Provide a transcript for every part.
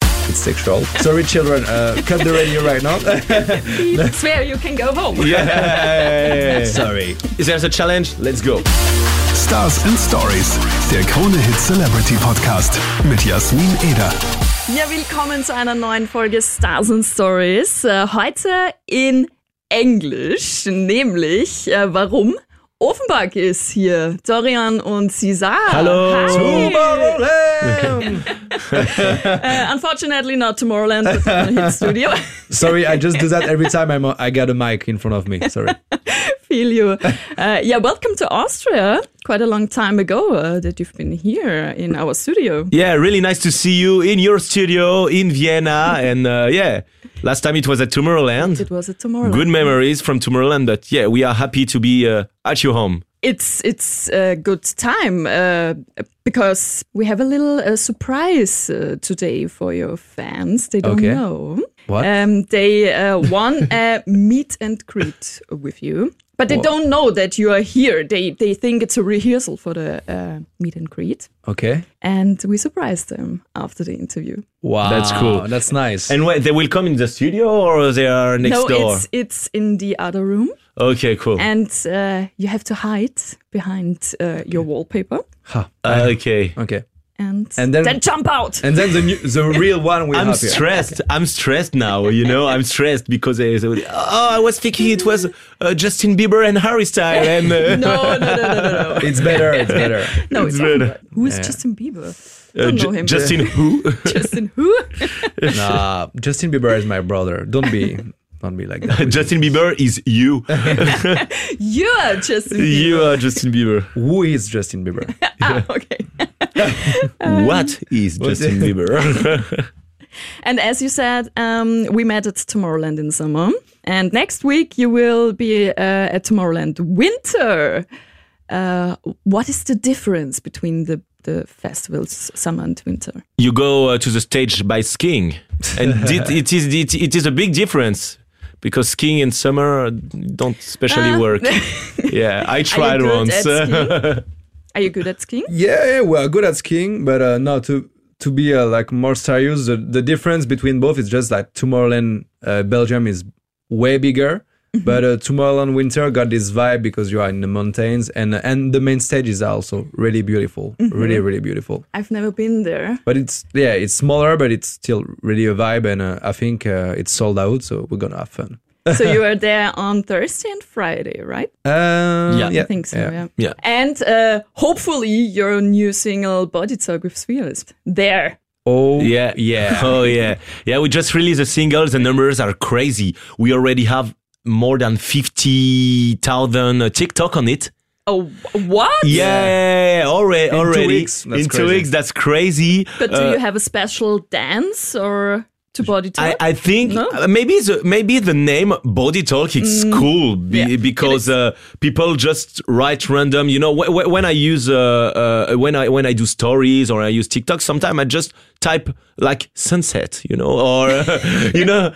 it's sexual. Sorry, children. Uh, cut the radio right now. Swear you can go home. Yay. Sorry. Is there a challenge? Let's go. Stars and Stories, der Krone Hit Celebrity Podcast mit Jasmin Eder. Ja, willkommen zu einer neuen Folge Stars and Stories. Äh, Heute in Englisch, nämlich äh, warum Offenbach ist hier. Dorian und Cesar. Hallo. Oh. Hi. Tomorrowland. Äh, unfortunately not Tomorrowland, but Krone Hit Studio. Sorry, I just do that every time I'm a, I got a mic in front of me. Sorry. Feel you. Uh, yeah, welcome to Austria. Quite a long time ago uh, that you've been here in our studio. Yeah, really nice to see you in your studio in Vienna. and uh, yeah, last time it was at Tomorrowland. It was at Tomorrowland. Good memories from Tomorrowland, but yeah, we are happy to be uh, at your home. it's it's a good time uh, because we have a little uh, surprise uh, today for your fans. They don't Okay. know. What? Um, they uh, won a meet and greet with you, but they don't know that you are here. They they think it's a rehearsal for the uh, meet and greet, Okay. and we surprised them after the interview. Wow. That's cool. That's nice. And wait, they will come in the studio or they are next no, door? it's it's in the other room, Okay, cool. and uh, you have to hide behind uh, your wallpaper Ha. Uh, okay. okay. and, And then- jump out. And then the new, the real one will I'm happen. stressed. I'm stressed now. You know, I'm stressed because I, oh, I was thinking it was uh, Justin Bieber and Harry Styles. And uh, no, no, no, no, no, no. It's better. It's better. No, it's It's better. Offenbach. Who is Yeah. Justin Bieber? uh, Don't Ju- know him. Justin who? Justin who? nah. Justin Bieber is my brother. Don't be. Don't be like that. Justin Bieber is you. you are Justin Bieber. you are Justin Bieber. Who is Justin Bieber? Ah, okay. Um, what is Justin Bieber? And as you said, um, we met at Tomorrowland in summer. And next week you will be uh, at Tomorrowland Winter. Uh, what is the difference between the, the festivals, summer and winter? you go uh, to the stage by skiing, and it, it is it, it is a big difference because skiing in summer don't especially Ah. work. yeah, I Are you tried good once. at skiing? Are you good at skiing? Yeah, yeah, we're good at skiing, but uh, no, to to be uh, like more serious, the, the difference between both is just that Tomorrowland uh, Belgium is way bigger, but uh, Tomorrowland Winter got this vibe because you are in the mountains, and uh, and the main stage is also really beautiful, really really beautiful. I've never been there. But it's yeah, it's smaller, but it's still really a vibe, and uh, I think uh, it's sold out, so we're gonna have fun. So you are there on Thursday and Friday, right? Uh, Yeah. I think so, yeah. Yeah. And uh, hopefully your new single Body Talk with Sphere is there. Oh Yeah, yeah. Oh, yeah. Yeah, we just released the single. The numbers are crazy. We already have more than 50,000 uh, TikTok on it. Oh, what? Yeah, already. two already. weeks, that's In two crazy. weeks, that's crazy. But do Uh, you have a special dance or to Body Talk? I, I think No? Mm. uh, maybe the maybe the name body talk is cool be, yeah, it because uh, people just write random. You know, wh- wh- when I use uh, uh, when I when I do stories or I use TikTok, sometimes I just type like sunset, you know, or you know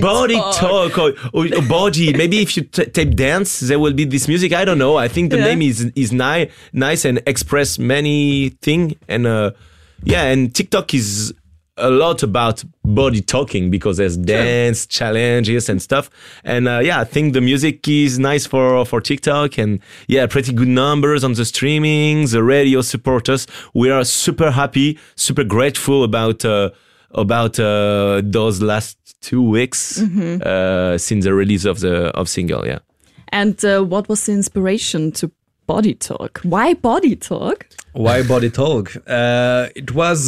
Body talk. talk, or, or body. maybe if you t- type dance, there will be this music. I don't know. I think the Yeah. name is is ni- nice and express many thing and uh, yeah, and TikTok is a lot about body talking because there's dance challenges and stuff and uh, yeah i think the music is nice for for tiktok and yeah pretty good numbers on the streaming the radio support us we are super happy super grateful about uh, about uh, those last two weeks uh, since the release of the of single yeah and uh, what was the inspiration to Body Talk? Why Body Talk? Why body talk? Uh, it was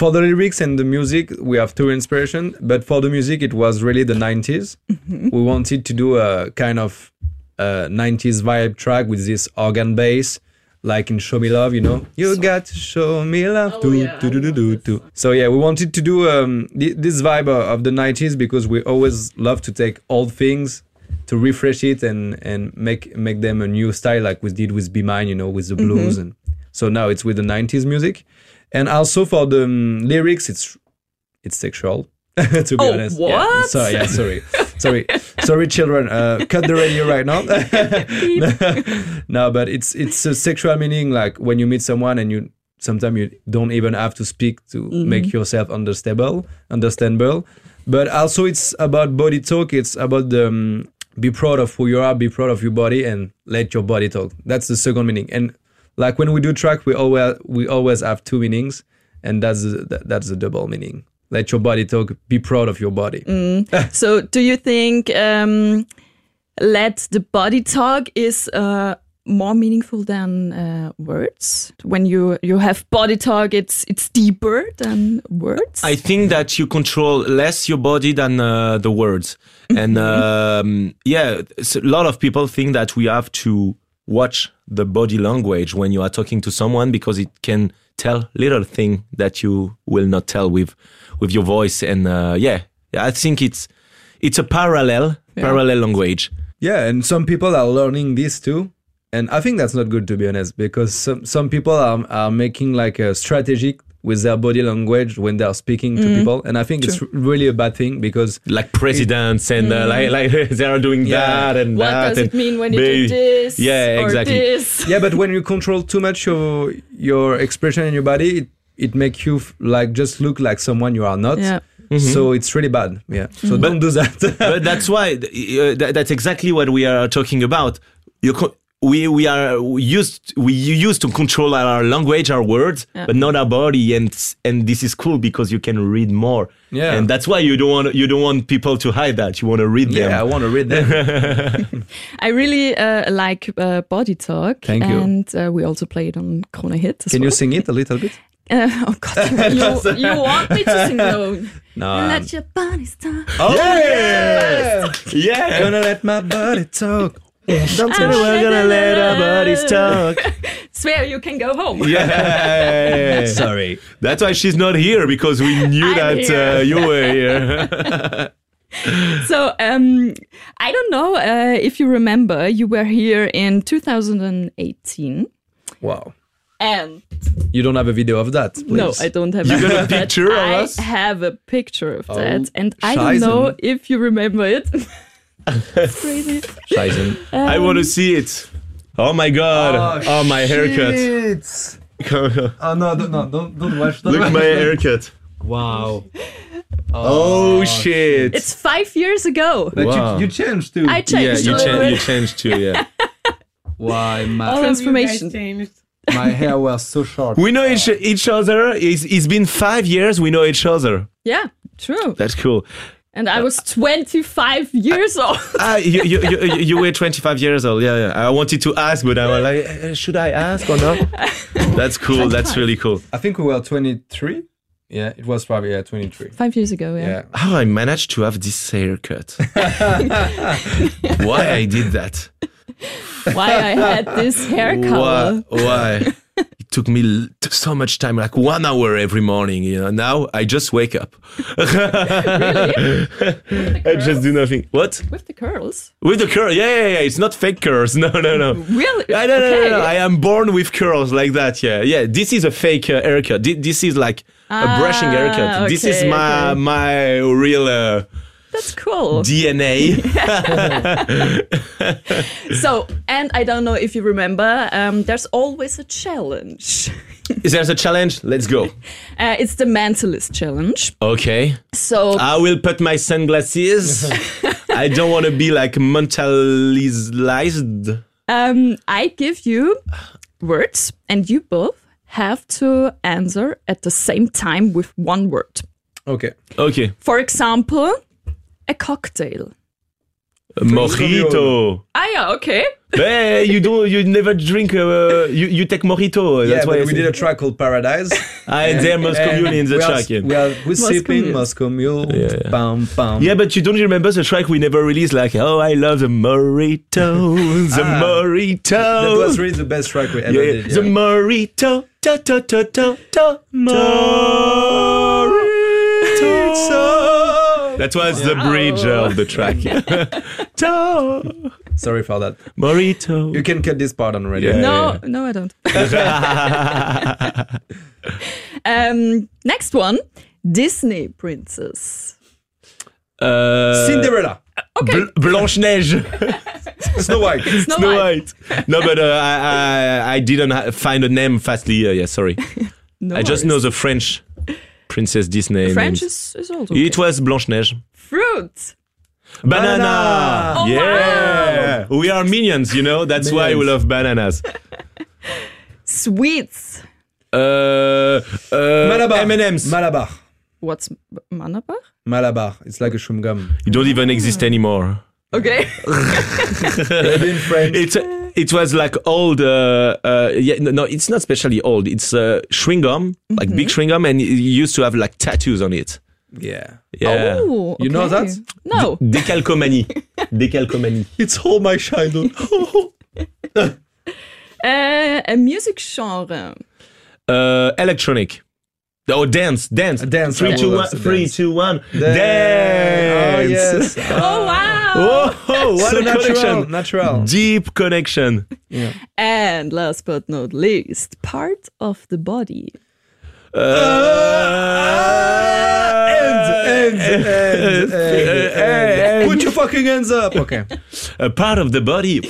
for the lyrics and the music. We have two inspiration, but for the music, it was really the 90s. We wanted to do a kind of uh, 90s vibe track with this organ bass, like in "Show Me Love." You know, you got to show me love. do, do, do, do, do, do. So yeah, we wanted to do um, thi- this vibe uh, of the 90s because we always love to take old things to refresh it and and make make them a new style like we did with Be Mine, you know, with the blues and so now it's with the 90s music. And also for the um, lyrics it's it's sexual to be Oh, honest. Yeah. what? Sorry, yeah, sorry. sorry. Sorry children, uh, cut the radio right now. no, but it's it's a sexual meaning like when you meet someone and you sometimes you don't even have to speak to make yourself understandable understandable but also it's about body talk it's about the um, be proud of who you are be proud of your body and let your body talk that's the second meaning and like when we do track we always we always have two meanings and that's the, that- that's the double meaning let your body talk be proud of your body Uh. So, do you think um, let the body talk is uh, more meaningful than uh, words? When you you have body talk, it's it's deeper than words. I think that you control less your body than uh, the words. Mm-hmm. And um, yeah, s- a lot of people think that we have to watch the body language when you are talking to someone because it can tell little thing that you will not tell with with your voice. And uh, yeah, I think it's it's a parallel parallel language. Yeah, and some people are learning this too. And I think that's not good to be honest, because some, some people are, are making like a strategic with their body language when they are speaking to people. And I think it's really a bad thing because like presidents and uh, like like they are doing Yeah. that and Mm-hmm. what that. does it and mean when you do baby- this? Yeah, or exactly. This? yeah, but when you control too much your your expression in your body, it, it makes you f- like just look like someone you are not. Yeah. So it's really bad. Yeah. So don't do that. But that's why uh, that, that's exactly what we are talking about. You co- we we are used we you used to control our language, our words, Yeah. but not our body, and s- and this is cool because you can read more. Yeah. and that's why you don't want you don't want people to hide that. You want to read them. yeah, I want to read that. I really uh, like uh, body talk. Thank you. And uh, we also play it on Krone Hit. As Can you well. sing it a little bit? Uh, oh God, you, you want me to sing no? No. I'm- Let your body talk. Oh yeah, yeah. gonna let my body talk. Don't tell me we're gonna let our bodies talk. Swear you can go home. Yeah. Sorry. That's why she's not here because we knew I'm that uh, here. you were here. So um, I don't know uh, if you remember, you were here in 2018, Wow. and You don't have a video of that, please. no, I don't have. You got a picture of I us? have a picture of that, and I Scheisen. don't know if you remember it. Crazy. Scheißen. I want to see it. Oh my god. Oh, my haircut. Oh no, don't, no, don't, don't watch that. Look at my haircut. Wow. Oh shit. It's five years ago. But Wow. you, you changed too. I yeah, changed you, a little cha- bit. you changed too, yeah. Why my, Oh. Transformation. my hair was so short. we know each, each other. It's, it's been five years we know each other. Yeah, true. That's cool. And I was 25 years old. Ah, you, you, you, you- you were 25 years old. Yeah, yeah. I wanted to ask, but I was like, eh, should I ask or not? That's cool. That's really cool. I think we were 23. Yeah, it was probably yeah 23. Five years ago, Yeah. How I managed to have this haircut. Why I did that. Why I had this hair color. Why? Why? It took me l- t- so much time, like one hour every morning. You know, now I just wake up. I just do nothing. What? With the curls. With the curl? Yeah, yeah, yeah. It's not fake curls. No, no, no. Really? I, no, no, no, no. Okay. I am born with curls like that. Yeah, yeah. This is a fake uh, haircut. Thi- This is like a brushing Ah, haircut. This is okay, my okay. my real uh, That's cool. DNA. So, and I don't know if you remember, um, there's always a challenge. Is there a challenge? Let's go. Uh, it's the mentalist challenge. Okay. So, I will put my sunglasses. I don't want to be like mentalized. um, I give you words, and you both have to answer at the same time with one word. Okay. Okay. For example, a cocktail. Mojito. Ah, yeah, okay. hey, you don't. You never drink. Uh, you you take mojito. Yeah, That's why but I we said- did a track called Paradise. Ah, and there must And commune in the we are- track. Yeah. We are we sipping Mule. Moscow Mule. Bam, bam. Yeah, but you don't remember the track we never released, like, oh, I love the Morito, the Ah. Morito. That was really the best track we ever yeah, did. The yeah. Morito, ta ta ta ta ta, Morito. That was the bridge of the track. Ta, Sorry for that. You Morito. can cut this part on radio. No, Yeah. no, I don't. um, next one Disney princess. Uh, Cinderella. Okay. Bl- Blanche Neige. Uh, Snow White. Snow Snow White. White. No, but uh, I, I I didn't ha- find a name fastly. Uh, yeah, sorry. No I worries. just know the French Princess Disney. French names. is, is also It was Blanche Neige. fruit. Banana. Oh, yeah. We are minions, you know. That's why we Minions. love bananas. Sweets. Uh, uh, Malabar. M&M's. Malabar. What's Manabar? Malabar. It's like a chewing gum. It don't even exist anymore. Okay. Maybe in French. It it was like old. Uh, uh, yeah, no, no, it's not especially old. It's uh, chewing gum, like Mm-hmm. big chewing gum, and it used to have like tattoos on it. yeah. Yeah. Oh, You know okay. that? No. Decalcomanie. Decalcomanie. It's all my childhood. Uh, a music genre. Uh, electronic. Oh, dance, dance, Dance, Three, I two, love one, to three, dance. two, one. Damn. Dance. yes. Oh, wow. Oh, what so a natural. connection. Natural. Deep connection. And last but not least, part of the body. Uh, Ah, and, and, and, and. Put your fucking hands up. Okay. a part of the body.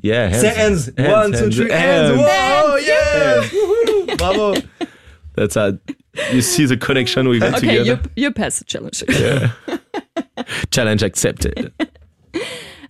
Yeah, hands. Say hands. One, two, three. Hands. hands. Whoa, yeah. Woohoo. Bravo. That's how you see the connection we got Okay, you, together. you pass the challenge. Challenge accepted. Äh,